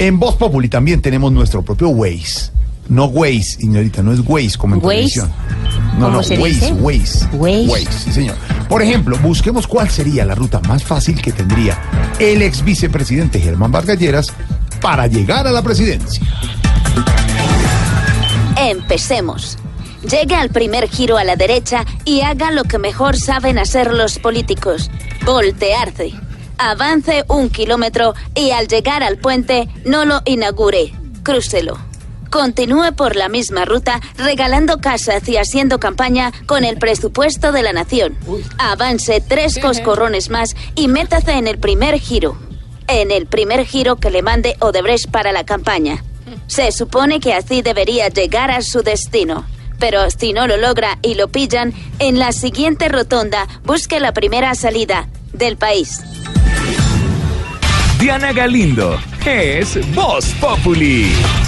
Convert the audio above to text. En Voz Populi también tenemos nuestro propio Waze. No Waze, señorita, no es Waze como en Waze. televisión. No, ¿Cómo no, se Waze, dice? Waze. Waze. sí, señor. Por ejemplo, busquemos cuál sería la ruta más fácil que tendría el ex vicepresidente Germán Vargas Lleras para llegar a la presidencia. Empecemos. Llegue al primer giro a la derecha y haga lo que mejor saben hacer los políticos, voltearse. Avance un kilómetro y al llegar al puente no lo inaugure, crúcelo. Continúe por la misma ruta regalando casas y haciendo campaña con el presupuesto de la nación. Avance tres coscorrones más y métase en el primer giro. En el primer giro que le mande Odebrecht para la campaña. Se supone que así debería llegar a su destino. Pero si no lo logra y lo pillan, en la siguiente rotonda busque la primera salida del país. Diana Galindo es Voz Populi.